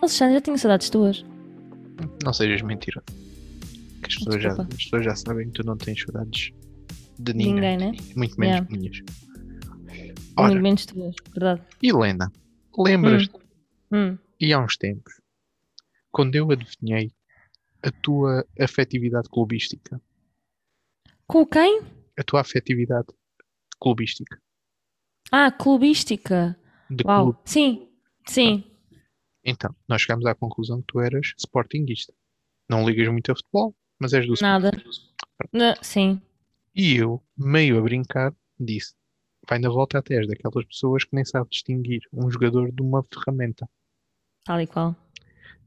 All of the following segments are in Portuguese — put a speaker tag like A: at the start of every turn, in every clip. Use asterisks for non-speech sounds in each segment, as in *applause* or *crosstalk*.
A: Alexandre, eu tenho saudades tuas.
B: Não sejas mentira. Que as pessoas, já, as
A: Desculpa.
B: pessoas já sabem que tu não tens saudades de
A: De
B: ninguém.
A: ninguém, né?
B: Muito menos
A: Yeah.
B: minhas. Ora,
A: Muito menos tuas, verdade.
B: Helena, lembras-te
A: Hum.
B: e há uns tempos, quando eu adivinhei a tua afetividade clubística,
A: Com quem?
B: a tua afetividade clubística,
A: Ah, clubística.
B: de
A: Uau.
B: clube.
A: Sim, sim.
B: Então, nós chegámos à conclusão que tu eras sportinguista. Não ligas muito a futebol, mas és do Sporting.
A: Nada. Na- Sim.
B: E eu, meio a brincar, disse: vai na volta até és daquelas pessoas que nem sabe distinguir um jogador de uma ferramenta.
A: Tal e qual.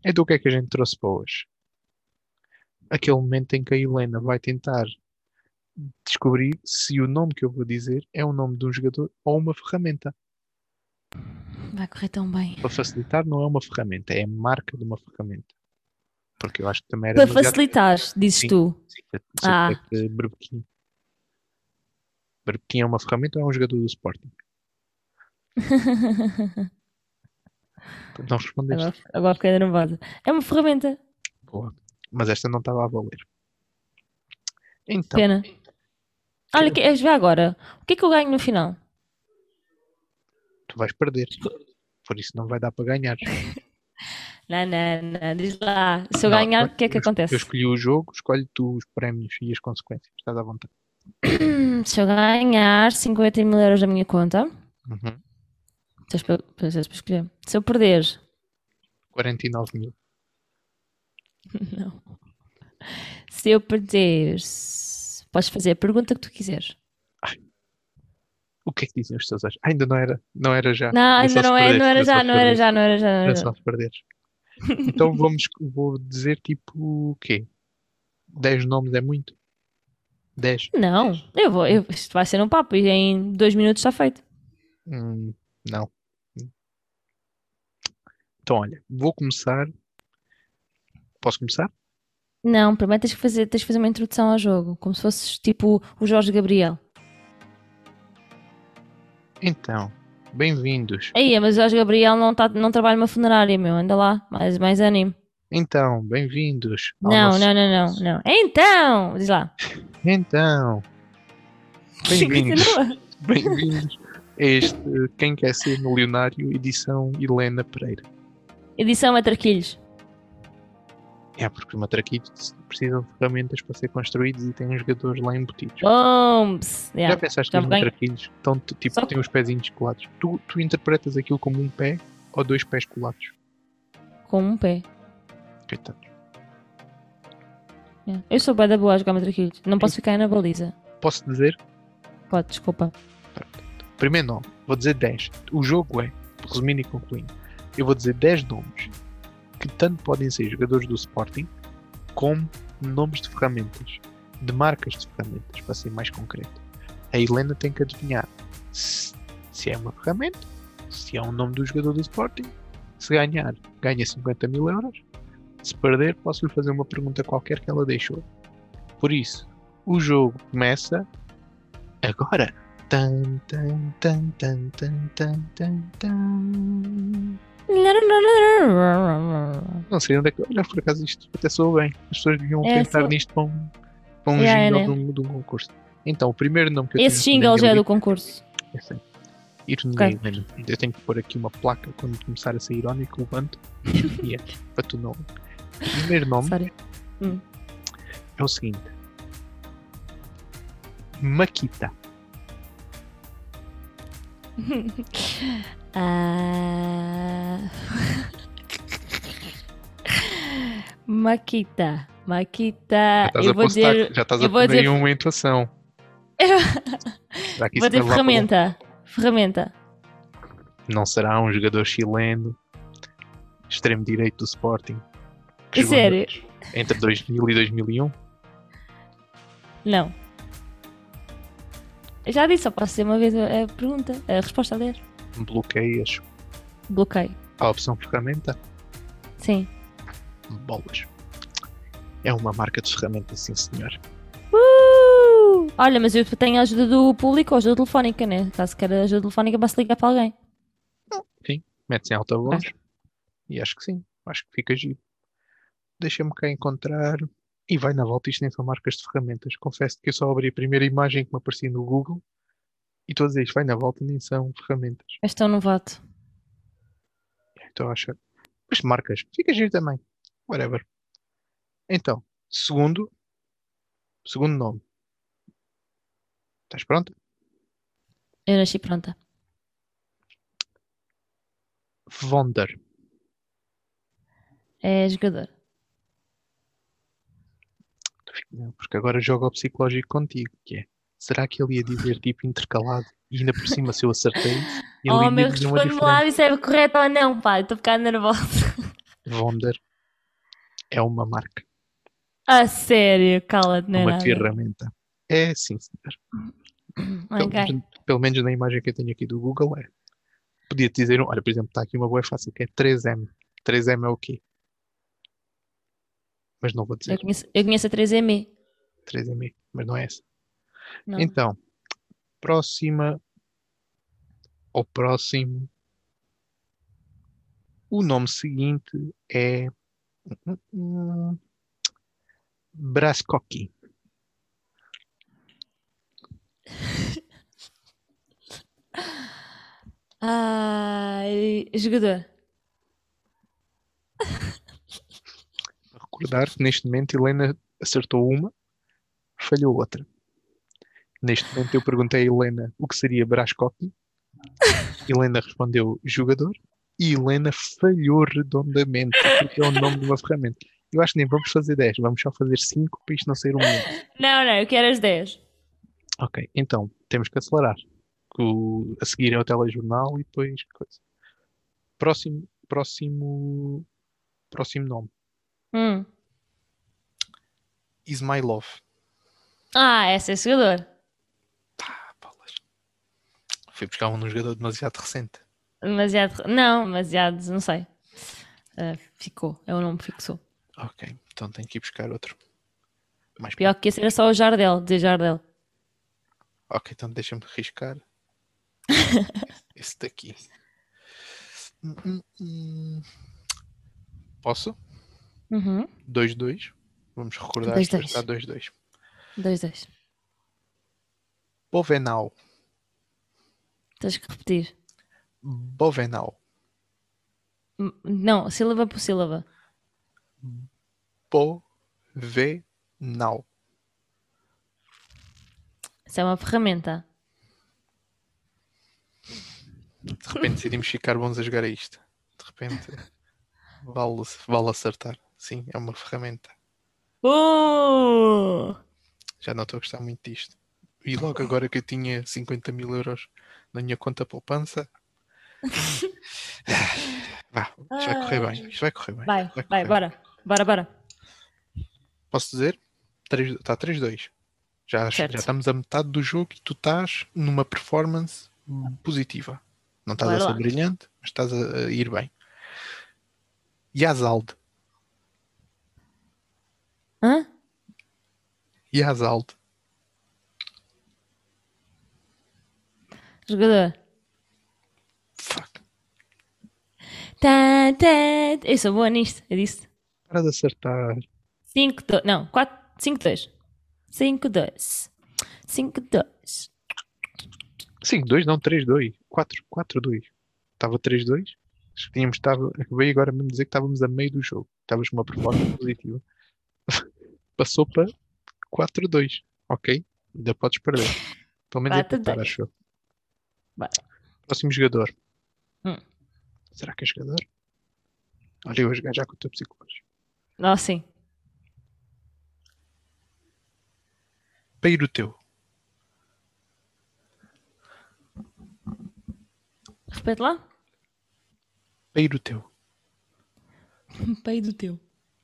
B: Então o que é que a gente trouxe para hoje? Aquele momento em que a Helena vai tentar descobrir se o nome que eu vou dizer é o nome de um jogador ou uma ferramenta.
A: Vai correr tão bem.
B: Para facilitar, não é uma ferramenta, é a marca de uma ferramenta. Porque eu acho que também era
A: Para
B: demasiado-
A: facilitar, dizes
B: Sim.
A: tu. Ah.
B: Ah. Berbequim. Berbequim é uma ferramenta ou é um jogador
A: *laughs*
B: do Sporting? Não respondeste.
A: Agora, agora fiquei nervosa. É uma ferramenta.
B: Boa. Mas esta não estava a valer. Então,
A: Pena. Olha, que, és ver agora. O que é que eu ganho no final?
B: tu vais perder. Por isso não vai dar para ganhar.
A: Não, não, não. Diz lá. Se eu
B: Não,
A: ganhar, o que é que
B: eu- Eu
A: acontece?
B: escolhi o jogo, escolhe tu os prémios e as consequências. Estás à vontade.
A: Hum, Se eu ganhar 50 mil euros da minha conta,
B: Uhum.
A: tens para, para tens para escolher. Se eu perder,
B: 49 mil.
A: *laughs* não. Se eu perder, se- podes fazer a pergunta que tu quiseres.
B: O que é que dizem os teus anjos? Ah, ainda não era, não era já.
A: Não,
B: Era
A: ainda
B: Ah, só se
A: não, é, não
B: perdeste,
A: era já,
B: só
A: não
B: se
A: era
B: perdeste.
A: já, não era já, não
B: Era
A: era já.
B: só se perderes. Então vamos, vou dizer tipo o quê? 10 nomes é muito? 10?
A: Não, eu vou, eu- isto vai ser um papo e em dois minutos está feito.
B: Hum, não. Então olha, vou começar. Posso começar?
A: Não, primeiro tens que fazer, tens que fazer uma introdução ao jogo, como se fosses tipo o Jorge Gabriel.
B: Então, bem-vindos.
A: Aí, mas o Jorge Gabriel não, tá, não trabalha numa funerária, meu, anda lá, mais, mais ânimo.
B: Então, bem-vindos. ao
A: Não,
B: nosso-
A: não, não, não, não. Então, diz lá.
B: Então,
A: *laughs*
B: bem-vindos.
A: Continua.
B: Bem-vindos a este Quem Quer Ser Milionário, edição Helena Pereira.
A: Edição a Traquilhos.
B: É, porque os matraquitos precisam de ferramentas para ser construídos e têm os jogadores lá embutidos.
A: Bombs!
B: Já
A: Yeah.
B: pensaste
A: Já
B: nos
A: ganho.
B: matraquilhos que estão, t- tipo,
A: Só-
B: têm os pezinhos colados? Tu, tu interpretas aquilo como um pé ou dois pés colados?
A: Com um pé.
B: Coitados.
A: Yeah. É. Eu sou bué da boa a jogar matraquilhos. Não posso ficar aí na baliza.
B: Posso dizer?
A: Pode, desculpa.
B: Primeiro nome. Vou dizer 10. O jogo é, resumindo e concluindo, eu vou dizer 10 nomes que tanto podem ser jogadores do Sporting como nomes de ferramentas, de marcas de ferramentas, para ser mais concreto. A Helena tem que adivinhar se, se é uma ferramenta, se é um nome do jogador do Sporting. Se ganhar, ganha 50 mil euros. Se perder, posso lhe fazer uma pergunta qualquer que ela deixou. Por isso, o jogo começa agora. Tan, tan, tan, tan, tan, tan, tan, tan. Não sei onde é que. Olha, por acaso isto até soa bem. As pessoas deviam
A: É,
B: pensar
A: soa-
B: nisto para um, para um
A: Yeah,
B: jingle
A: né?
B: de um, de um concurso. Então, o primeiro nome que tipo eu
A: Esse
B: tenho
A: jingle já é do concurso.
B: Ironia, Helena. Eu tenho que pôr aqui uma placa quando começar a ser
A: *laughs*
B: irónico, levanto. e é, para tu não. O primeiro nome
A: Sorry.
B: é o seguinte: Maquita.
A: Ah. *laughs* Maquita. Maquita.
B: Já
A: Ah,
B: estás
A: Eu
B: a
A: vou
B: postar,
A: dizer.
B: já estás
A: eu
B: a
A: vou
B: pôr aí
A: dizer- *laughs*
B: uma intuação. Será que
A: Vou
B: isso é
A: dizer
B: não vai para longe?
A: ferramenta. Ferramenta.
B: não será um jogador chileno, extremo direito do Sporting.
A: A
B: jogou
A: sério?
B: Entre 2000 e 2001.
A: Não. Eu Já disse, só posso dizer uma vez a a pergunta, a resposta, aliás.
B: um Bloqueias
A: Bloqueio.
B: a opção ferramenta?
A: Sim.
B: Bolas. É uma marca de ferramenta, sim senhor.
A: Uh! Olha, mas eu tenho a ajuda do público ou ajuda telefónica, né? Caso queira ajuda telefónica, basta ligar para alguém. Ah.
B: Mete-se em alta voz. E acho que sim. Acho que fica giro. Deixa-me cá encontrar. E vai na volta, isto nem são marcas de ferramentas. Confesso que eu só abri a primeira imagem que me aparecia no Google e estou a dizer isto, vai na volta, nem são ferramentas.
A: Esta eu não voto.
B: Estou a achar. Mas marcas, fica giro também. Whatever. Então, segundo. Segundo nome. Estás pronto?
A: Eu nasci pronta.
B: Vonder.
A: É jogador.
B: Não, Porque agora joga o psicológico contigo, que é. Será que ele ia dizer tipo intercalado e ainda por cima se eu acertei? ele
A: *laughs* oh,
B: ia
A: meu,
B: dizer uma
A: responde-me lá e se é correto ou não, pá. Estou a ficar nervosa. *laughs*
B: diferente. Vonder é uma marca,
A: A Ah, sério, cala-te, não
B: é
A: é
B: uma
A: nada.
B: ferramenta. É sim, senhor. Pelo,
A: Hum, Ok.
B: menos- pelo menos na imagem que eu tenho aqui do Google é. Podia te dizer, um- olha, por exemplo, está aqui uma boa fácil que é 3M. 3M é o quê? Mas não vou
A: Eu
B: dizer
A: conheço, eu conheço a 3M.
B: 3M, mas não é essa.
A: Não.
B: Então, próxima ou próximo. O nome seguinte é hum, hum, Brascoqui.
A: Ai, jogador.
B: Para recordar que neste momento Helena acertou uma, falhou outra. Neste momento eu perguntei a Helena o que seria Brascoqui. Helena respondeu jogador e Helena falhou redondamente, porque é o nome de uma ferramenta. Eu acho que nem vamos fazer 10, vamos só fazer 5 para isto não sair um mundo.
A: Não, não, eu quero as 10.
B: Ok, então temos que acelerar. que o- a seguir é o telejornal e depois coisa. Próximo, próximo, próximo nome.
A: Hum.
B: Is my love.
A: Ah, essa é jogador.
B: Ah, bolas. Fui buscar um num jogador demasiado recente.
A: Demasiado. Não, demasiado, não sei. Ah, ficou, é o nome que fixou.
B: Ok, então tenho que ir buscar outro. Mais
A: Pior que esse era só o Jardel, dizer Jardel.
B: para- Ok, então deixa-me
A: *laughs*
B: arriscar. Esse daqui. Hum, hum, hum. Posso?
A: Uhum.
B: 2-2. Vamos recordar
A: Dois,
B: que
A: dois.
B: está 2-2.
A: Dois, dois.
B: Bovenal.
A: Tens que repetir.
B: Bovenal.
A: M- Não, sílaba por sílaba.
B: Bovenal.
A: Isso é uma ferramenta.
B: De repente decidimos ficar bons a jogar a isto.
A: *laughs*
B: De repente vale, vale acertar. Sim, é uma ferramenta.
A: Uh!
B: Já não estou a gostar muito disto. E logo agora que eu tinha 50 mil euros na minha
A: *laughs*
B: conta poupança. Vá, isto vai correr bem. Isto vai correr bem. *laughs*
A: Vai,
B: correr
A: vai,
B: bem.
A: bora. Bora, bora.
B: Posso dizer? Três- Está 3-2. Já, já
A: Certo.
B: estamos a metade do jogo e tu estás numa performance positiva. Não estás
A: Bora
B: a ser
A: lá.
B: brilhante, mas estás a, a ir bem. Yazald.
A: Hã?
B: Yazald.
A: Jogador.
B: Fuck.
A: Tá, tá, tá. Eu sou boa nisto, eu disse.
B: Para de acertar.
A: 5, 2. Não, 4, 5, 2. 5, 2. 5, 2.
B: 5-2, não, 3-2. 4-2. Estava 3-2. Acho que tínhamos estava. Acabei agora mesmo de dizer que estávamos a meio do jogo. Estavas com uma performance positiva. *laughs* Passou para 4-2. Ok? Ainda podes perder. Pelo menos empatar,
A: 4-2.
B: acho eu.
A: Bora.
B: Próximo jogador.
A: Hum.
B: Será que é jogador? Olha, eu a jogar já com o teu psicológico.
A: Não, sim.
B: Peiro teu.
A: Repete lá.
B: Peiro teu.
A: Pai do teu.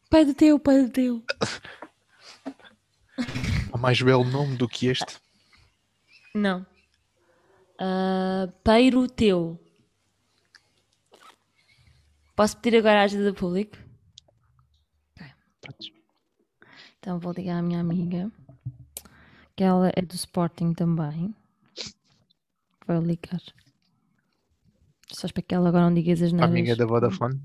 A: Pai do teu, pai do teu.
B: Há mais belo nome do que este.
A: Não. Ah, peiro teu. Posso pedir agora a ajuda do público?
B: Podes.
A: Então vou ligar à minha amiga, que ela é do Sporting também. Vou ligar. Só espero que ela agora não diga as
B: A
A: neiras.
B: amiga da Vodafone.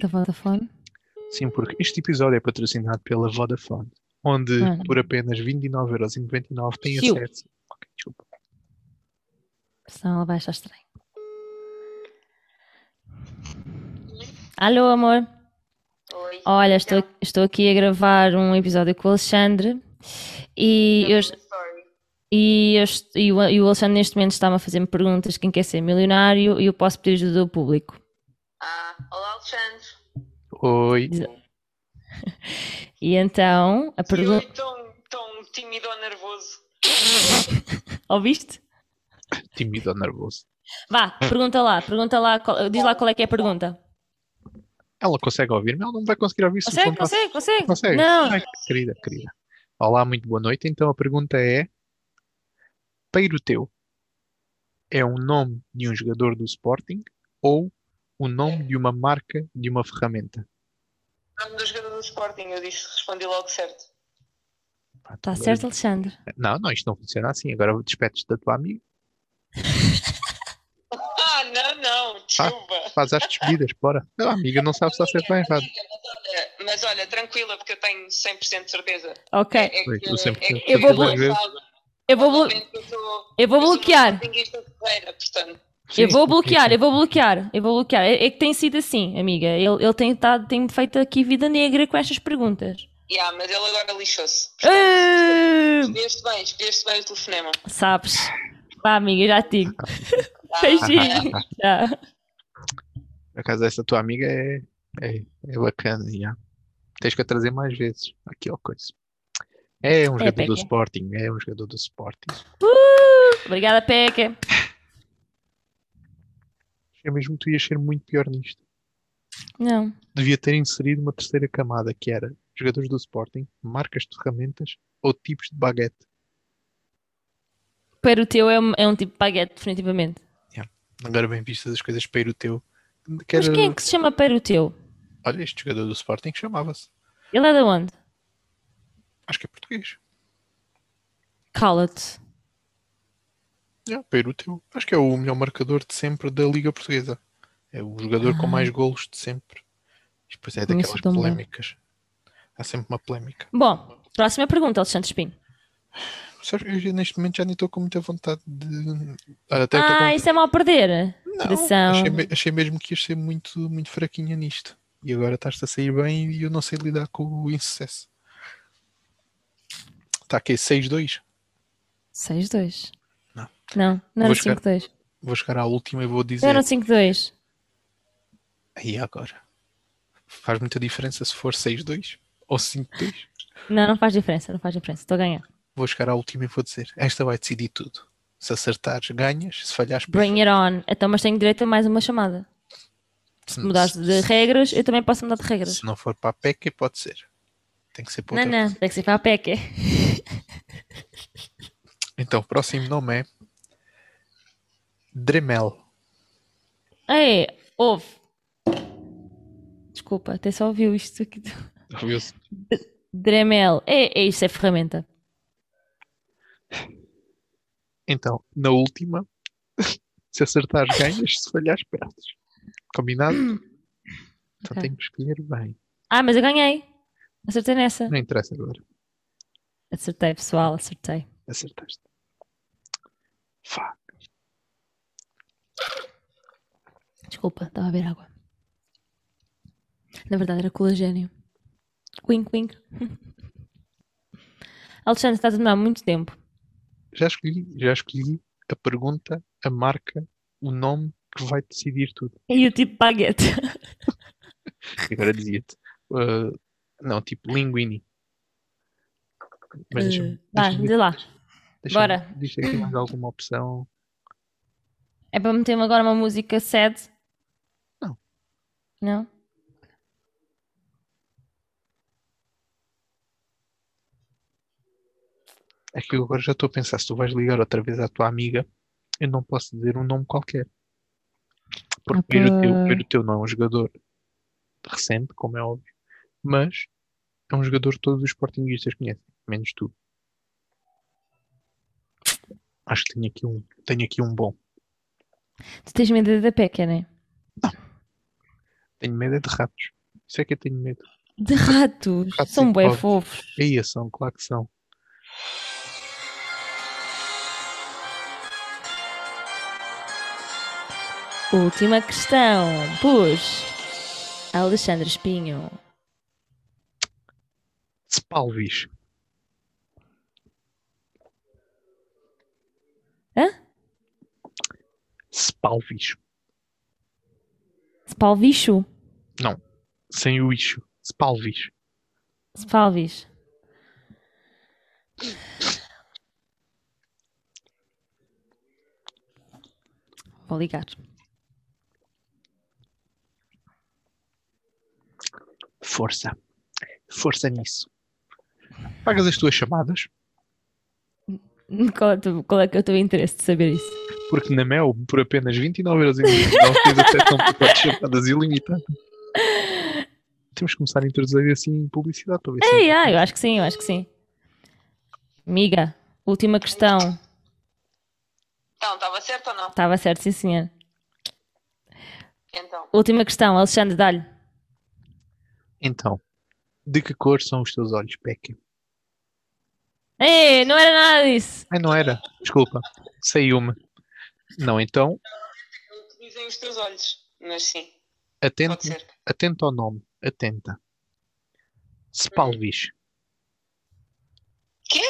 A: Da Vodafone?
B: Sim, porque este episódio é patrocinado pela Vodafone, onde
A: Ah.
B: por apenas 29,99€ tem
A: Chiu.
B: acesso. Ok, desculpa.
A: Senão ela vai achar estranho. Alô, amor.
C: Oi. Então.
A: Olha, estou, estou aqui a gravar um episódio com o Alexandre e eu,
C: Sorry.
A: e, eu est- e o- e o Alexandre neste momento está-me a fazer-me perguntas de quem quer ser milionário e eu posso pedir ajuda ao público.
C: Ah, olá, Alexandre.
B: Oi.
A: E então, a
C: Perdão.
A: pergunta...
C: Eu tão, tão um tímido ou nervoso.
A: Ouviste?
B: Tímido ou nervoso.
A: Vá, pergunta lá, pergunta lá, qual- diz lá qual é que é a pergunta.
B: Ela consegue ouvir-me? Ela não vai conseguir ouvir se o som
A: Consegue,
B: está-
A: consegue, consegue?
B: Consegue?
A: Não,
B: Ai, querida, querida. Olá, muito boa noite. Então a pergunta é: Peiroteu é o nome de um jogador do Sporting ou o nome de uma marca de uma ferramenta?
C: O nome do jogador do Sporting, eu disse, respondi logo certo.
A: está Tá certo, Alexandre?
B: Não, não, isto não funciona assim. Agora despedes da tua amiga,
C: Ah, não, não, chuva.
B: faz as despedidas, bora. A amiga não sabe se está certo ou tá
A: é,
B: errado.
C: Mas olha, tranquila, porque eu tenho 100% de certeza.
A: Ok,
C: É, é
B: Oi,
C: que,
B: tu 100%
C: é que
A: Eu vou
C: duas
B: blo-
C: vezes.
A: eu vou, blo-
C: Obviamente, eu sou-
A: eu vou
C: eu sou uma
A: bloquear.
C: sportinguista de carreira, portanto.
A: Eu vou bloquear, eu vou bloquear, eu vou bloquear. É, é que tem sido assim, amiga. Ele, ele tem, tá, tem feito aqui vida negra com estas perguntas.
C: Yeah, mas ele agora lixou-se.
A: Ah,
C: Escolheste bem, escolheste bem o telefonema.
A: sabes? Vá, amiga, já te
B: *laughs*
A: digo.
C: Ah,
A: Beijinho. Já.
B: Por acaso, essa tua amiga é, é, é bacana, já. Tens que a trazer mais vezes. Aqui, ó, coisa. É um jogador do
A: Pepe.
B: Sporting, é um jogador do Sporting.
A: Uh, obrigada, Peca.
B: É mesmo que tu ias ser muito pior nisto.
A: Não.
B: devia ter inserido uma terceira camada que era jogadores do Sporting, marcas de ferramentas ou tipos de baguete.
A: Para o teu é um, é um tipo de baguete, definitivamente.
B: Agora bem vistas as coisas para o teu. Que
A: Mas
B: era-
A: quem é que se chama para o teu?
B: Olha, este jogador do Sporting chamava-se.
A: Ele é de onde?
B: Acho que é português.
A: Cala-te.
B: Yeah, Peiruteu. Acho que é o melhor marcador de sempre da Liga Portuguesa. É o jogador
A: Uhum.
B: com mais golos de sempre. E depois é daquelas
A: Conheço tão bem.
B: polémicas. Há sempre uma polémica.
A: Bom, próxima pergunta, Alexandre Espinho.
B: Sabes, eu já- neste momento já nem estou com muita vontade de. Olha, até estou com-
A: Ah, isso é mal perder.
B: Não,
A: Coração.
B: achei, me- achei mesmo que ias ser muito, muito fraquinha nisto. E agora estás-te a sair bem e eu não sei lidar com o insucesso. Está aqui 6-2.
A: 6-2.
B: Não.
A: Não, não
B: Vou
A: era
B: chegar-
A: 5-2.
B: Vou chegar à última e vou dizer.
A: Não era 5-2.
B: E agora? Faz muita diferença se for 6-2 ou 5-2.
A: Não, não faz diferença, não faz diferença. Estou a ganhar.
B: Vou chegar à última e vou dizer. Esta vai decidir tudo. Se acertares, ganhas. Se falhares,
A: Bring it on. Então, mas tenho direito a mais uma chamada.
B: se,
A: Se mudares de regras, eu também posso mudar de
B: se-
A: regras.
B: se não for para a PECA, pode ser. Tem que ser para
A: Não,
B: outra
A: não, tem que ser para a PEC.
B: Então, o próximo nome é Dremel.
A: Ei, ouve. Desculpa, até só ouviu isto aqui.
B: Ouviu-se?
A: Dremel. É, é isto, é ferramenta.
B: Então, na última, *laughs* se acertares ganhas, se falhares perdes. Combinado?
A: *coughs*
B: Então
A: Ok.
B: tenho que escolher bem.
A: Ah, mas eu ganhei. Acertei nessa.
B: Não interessa agora.
A: Acertei, pessoal, acertei.
B: Acertaste. Fuck.
A: Desculpa, estava a beber água. Na verdade, era colagênio. Wink, wink. *laughs* Alexandre, estás a demorar muito tempo.
B: Já escolhi, já escolhi a pergunta, a marca, o nome que vai decidir tudo.
A: E o tipo
B: *laughs*
A: baguete.
B: E Agora dizia-te. uh, não, tipo linguini. Mas deixa-me.
A: Hum, Vá,
B: deixa-me-
A: diz lá.
B: deixa-me-
A: bora.
B: Diz aqui mais alguma opção.
A: É para meter-me agora uma música sad?
B: Não.
A: Não?
B: É que eu agora já estou a pensar, se tu vais ligar outra vez à tua amiga, eu não posso dizer um nome qualquer. Porque
A: Ah,
B: primeiro o teu,
A: pois.
B: primeiro o teu não é um jogador recente, como é óbvio, mas é um jogador que todos os sportinguistas conhecem, menos tu. Acho que tenho aqui um, tenho aqui um bom.
A: Tu tens medo da Peca, não é?
B: Tenho medo é de ratos. Isso é que eu tenho medo.
A: De ratos.
B: Ratos
A: São
B: e
A: bué
B: cobras.
A: fofos.
B: Aí são, claro que são.
A: Última questão. Pus. Alexandre Espinho.
B: Spalvis.
A: Hã?
B: Spalvis.
A: Spalvicho.
B: Sem o ixo. Spalvis.
A: Spalvis. Vou ligar.
B: Força. Força nisso. Pagas as tuas chamadas,
A: Qual é, tu- qual é que é o teu interesse de saber isso?
B: porque na Mel, por apenas 29,99€ tens acesso a um pacote de chamadas ilimitado. Temos que começar a introduzir assim publicidade para ver se. é
A: Ei, ah, eu acho que sim, eu acho que sim. Amiga, última questão.
C: Então, estava certo ou não?
A: Estava certo, sim, senhor.
C: Então,
A: Última questão, Alexandre, dá-lhe.
B: Então, de que cor são os teus olhos, Becky?
A: Ei, É, não era nada disso.
B: Ai, não era. Desculpa. Sei uma. Não, então,
C: é o que dizem os teus olhos. Mas sim, pode
B: atento,
C: ser.
B: atento ao nome. Atenta.
C: Uhum.
B: Spalvis.
C: Quê?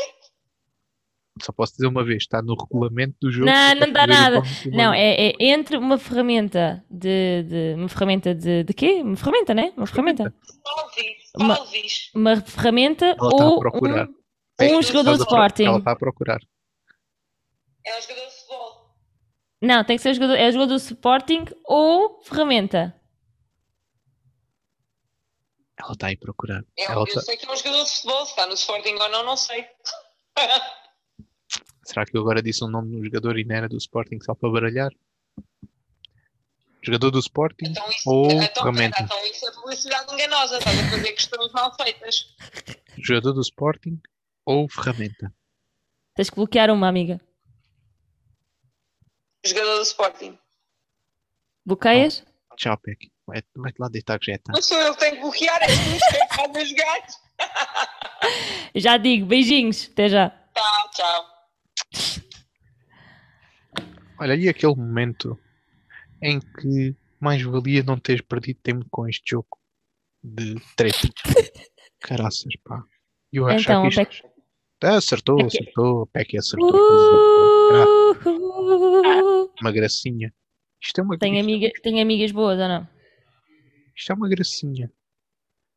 B: Só posso dizer uma vez, está no regulamento do jogo.
A: Não,
B: só
A: não
B: posso
A: dá
B: dizer o
A: nada.
B: nome de uma
A: Não,
B: vez.
A: é, é entre uma ferramenta de, de- Uma ferramenta de, de quê? Uma ferramenta, né? Uma
B: *laughs*
A: ferramenta.
C: Talvez,
A: Uma-
C: talvez.
A: Uma ferramenta
B: Ela está a
A: ou
B: procurar.
A: um,
B: Becky,
A: um
B: estás
A: jogador de
B: a pro- Ela
A: Sporting.
B: está a procurar.
C: É um jogador de futebol.
A: Não, tem que ser o jogador, é o jogador do Sporting ou ferramenta.
B: Ela está aí a procurar.
C: Eu,
B: Ela
C: eu
B: está-
C: sei que é um jogador de futebol. Se está no Sporting ou não, não sei.
B: Será que eu agora disse o nome de um jogador e não era do Sporting só para baralhar? Jogador do Sporting?
C: Então isso,
B: Ou
C: então,
B: ferramenta.
C: pera, então isso é publicidade enganosa. Estás a fazer questões mal feitas. é-
B: Jogador do Sporting ou ferramenta?
A: Tens que bloquear uma, amiga.
C: Jogador do Sporting.
A: Bloqueias?
B: Tchau, Peck. Vai- Vai-te lá deitar que já é tarde.
C: Mas sou eu que tenho que bloquear. É tu que tens que fazer os gatos.
A: Já digo, beijinhos. Até já.
C: Tá, tchau.
B: Olha, e aquele momento em que mais valia não teres perdido tempo com este jogo de treta. Caraças, pá. Eu acho
A: Então,
B: que isto...
A: Peck-
B: Ah, acertou,
A: Peck-
B: acertou. Peck acertou.
A: Uh! Uhul.
B: Uma gracinha. Isto é uma,
A: Tem,
B: isto,
A: amiga, tem amigas boas ou não?
B: isto é uma gracinha.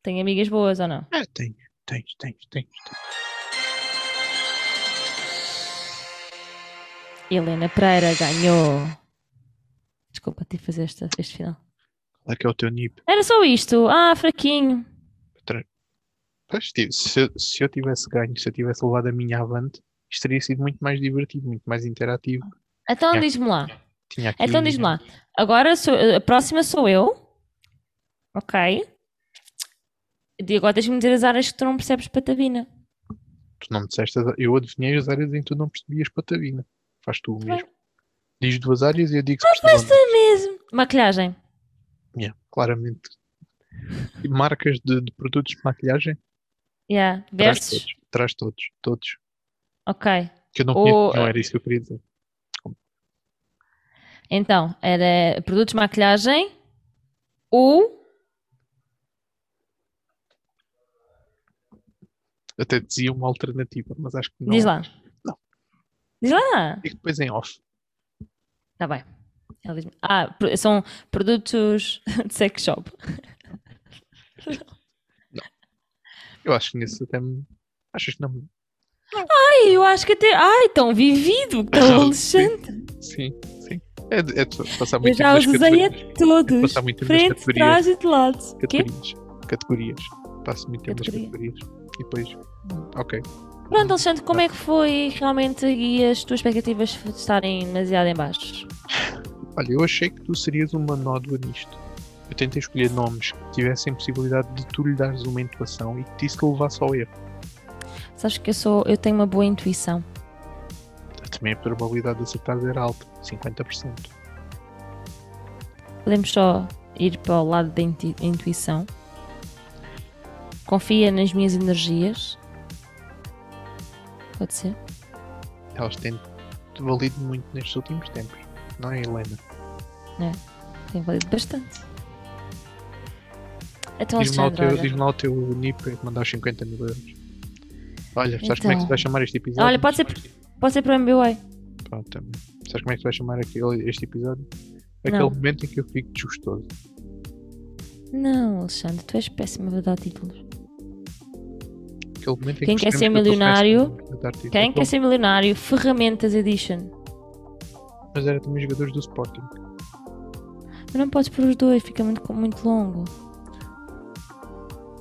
A: Tem amigas boas ou não?
B: Ah, tens, tens, tens, tens.
A: Helena Pereira ganhou. Desculpa, tive de fazer esta- este final.
B: Qual é que é o teu nip?
A: Era só isto. Ah, fraquinho.
B: Pois, ti- se, eu- se eu tivesse ganho, se eu tivesse levado a minha avante, isto teria sido muito mais divertido, muito mais interativo.
A: Então
B: Yeah.
A: diz-me lá.
B: Tinha aqui
A: Então diz-me lá. Agora sou- a próxima sou eu. Ok. E agora tens-me dizer as áreas que tu não percebes patavina.
B: Tu não me disseste, as- eu adivinhei as áreas em que tu não percebias patavina. Faz tu o
A: bem.
B: mesmo. Diz duas áreas e eu digo se percebeu ou não.
A: É mesmo. Maquilhagem.
B: Yeah, claramente. E marcas de, de produtos de maquilhagem?
A: Yeah.
B: Traz
A: Versus.
B: todos, traz todos, todos.
A: Ok.
B: Que eu não
A: Ou,
B: conheço, não
A: eh,
B: era isso que eu queria dizer.
A: Então, era produtos de maquilhagem ou.
B: Até dizia uma alternativa, mas acho que não.
A: Diz lá.
B: Não.
A: Diz lá.
B: E depois em off.
A: Tá bem. Ela diz-me, ah, pro- são produtos *laughs* de sex shop.
B: Eu acho que nesse até me. Achas que não?
A: Ai, eu acho que até. Ai, tão vivido, tão Alexandre.
B: Sim, sim. É, de- é de passar
A: Eu
B: muito
A: já
B: tempo
A: os
B: nas
A: usei a
B: categorias.
A: todos.
B: Passar muito tempo nas
A: Frente,
B: categorias.
A: trás e de lado. O quê?
B: Categorias. Categorias. Passo muito tempo nas
A: Categoria.
B: categorias. E depois. Ok.
A: Pronto, Alexandre, como é que foi realmente e as tuas expectativas de estarem demasiado em baixo?
B: Olha, eu achei que tu serias uma nódoa nisto. Eu tentei escolher nomes que tivessem possibilidade de tu lhe dares uma intuação e que isso te levasse ao erro.
A: Sabes que eu sou. Eu tenho uma boa intuição.
B: Também a probabilidade de acertar era alta, 50%.
A: Podemos só ir para o lado da inti- intuição. Confia nas minhas energias. Pode ser?
B: Elas têm valido muito nestes últimos tempos. Não é, Helena?
A: Tem valido bastante. Então,
B: Diz-me lá, o
A: Alexandre,
B: teu-
A: olha.
B: diz-me lá o teu NIP para te mandar os 50 mil euros. Olha, sabes como é que se
A: Então.
B: vai chamar este episódio?
A: Olha, pode ser, pode ser para o MBA.
B: Pronto, também. Sabes como é que se vai chamar aquele, este episódio? Aquele
A: Não.
B: momento em que eu fico desgostoso.
A: Não, Alexandre, tu és péssimo a dar títulos.
B: Aquele momento em
A: Quem
B: que
A: quer
B: percebemos
A: ser
B: que eu estou
A: milionário?
B: péssimo a dar títulos.
A: Quem é
B: Bom,
A: quer ser milionário? Ferramentas Edition.
B: Mas era também jogadores do Sporting.
A: Mas não podes pôr os dois, fica muito, muito longo.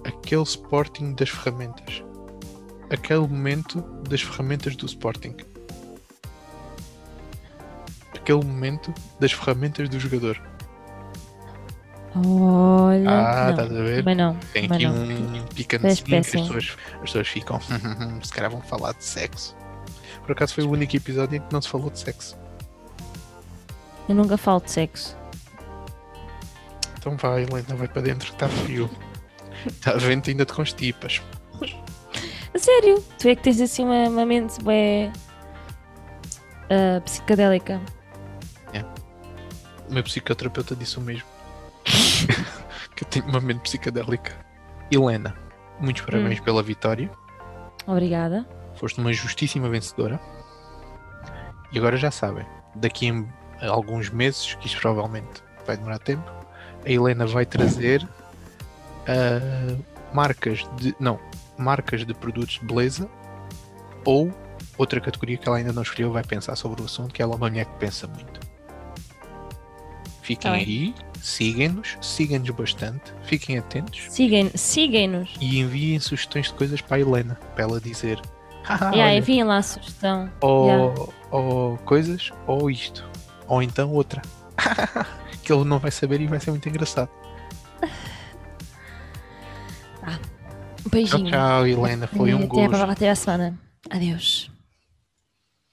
B: Aquele Sporting das ferramentas. Aquele momento das ferramentas do Sporting. Aquele momento das ferramentas do jogador.
A: Olha.
B: Ah,
A: não.
B: estás a ver?
A: Mas não.
B: Tem
A: mas
B: aqui
A: não.
B: um
A: Parece
B: picantezinho que as
A: péssimo.
B: pessoas, as pessoas ficam. *laughs* se calhar vão falar de sexo. Por acaso foi o único episódio em que não se falou de sexo.
A: Eu nunca falo de sexo.
B: Então vai, Helena, vai para dentro que está *laughs* frio. Está vento e ainda te constipas.
A: A sério? Tu é que tens assim uma, uma mente bué, ah, psicadélica.
B: O meu psicoterapeuta disse o mesmo. que eu tenho uma mente psicadélica. Helena, muitos parabéns pela vitória.
A: Obrigada.
B: Foste uma justíssima vencedora. E agora já sabem, daqui a alguns meses, que isto provavelmente vai demorar tempo, a Helena vai trazer ah, marcas de. Não, marcas de produtos de beleza ou outra categoria que ela ainda não escolheu vai pensar sobre o assunto, que ela é uma mulher que pensa muito. Fiquem
A: Tá bem.
B: aí, sigam-nos, sigam-nos bastante, fiquem atentos
A: Sigam- Sigam-nos.
B: e enviem sugestões de coisas para a Helena, para ela dizer. *laughs* "Haha,
A: e aí,
B: olha,
A: enfim, lá a sugestão.
B: ou,
A: Yeah.
B: ou coisas, ou isto, ou então outra. *laughs* que ele não vai saber e vai ser muito engraçado.
A: Beijinho.
B: Tchau, tchau, Helena. Foi
A: E
B: um
A: até,
B: gosto.
A: a- até a semana. Adeus.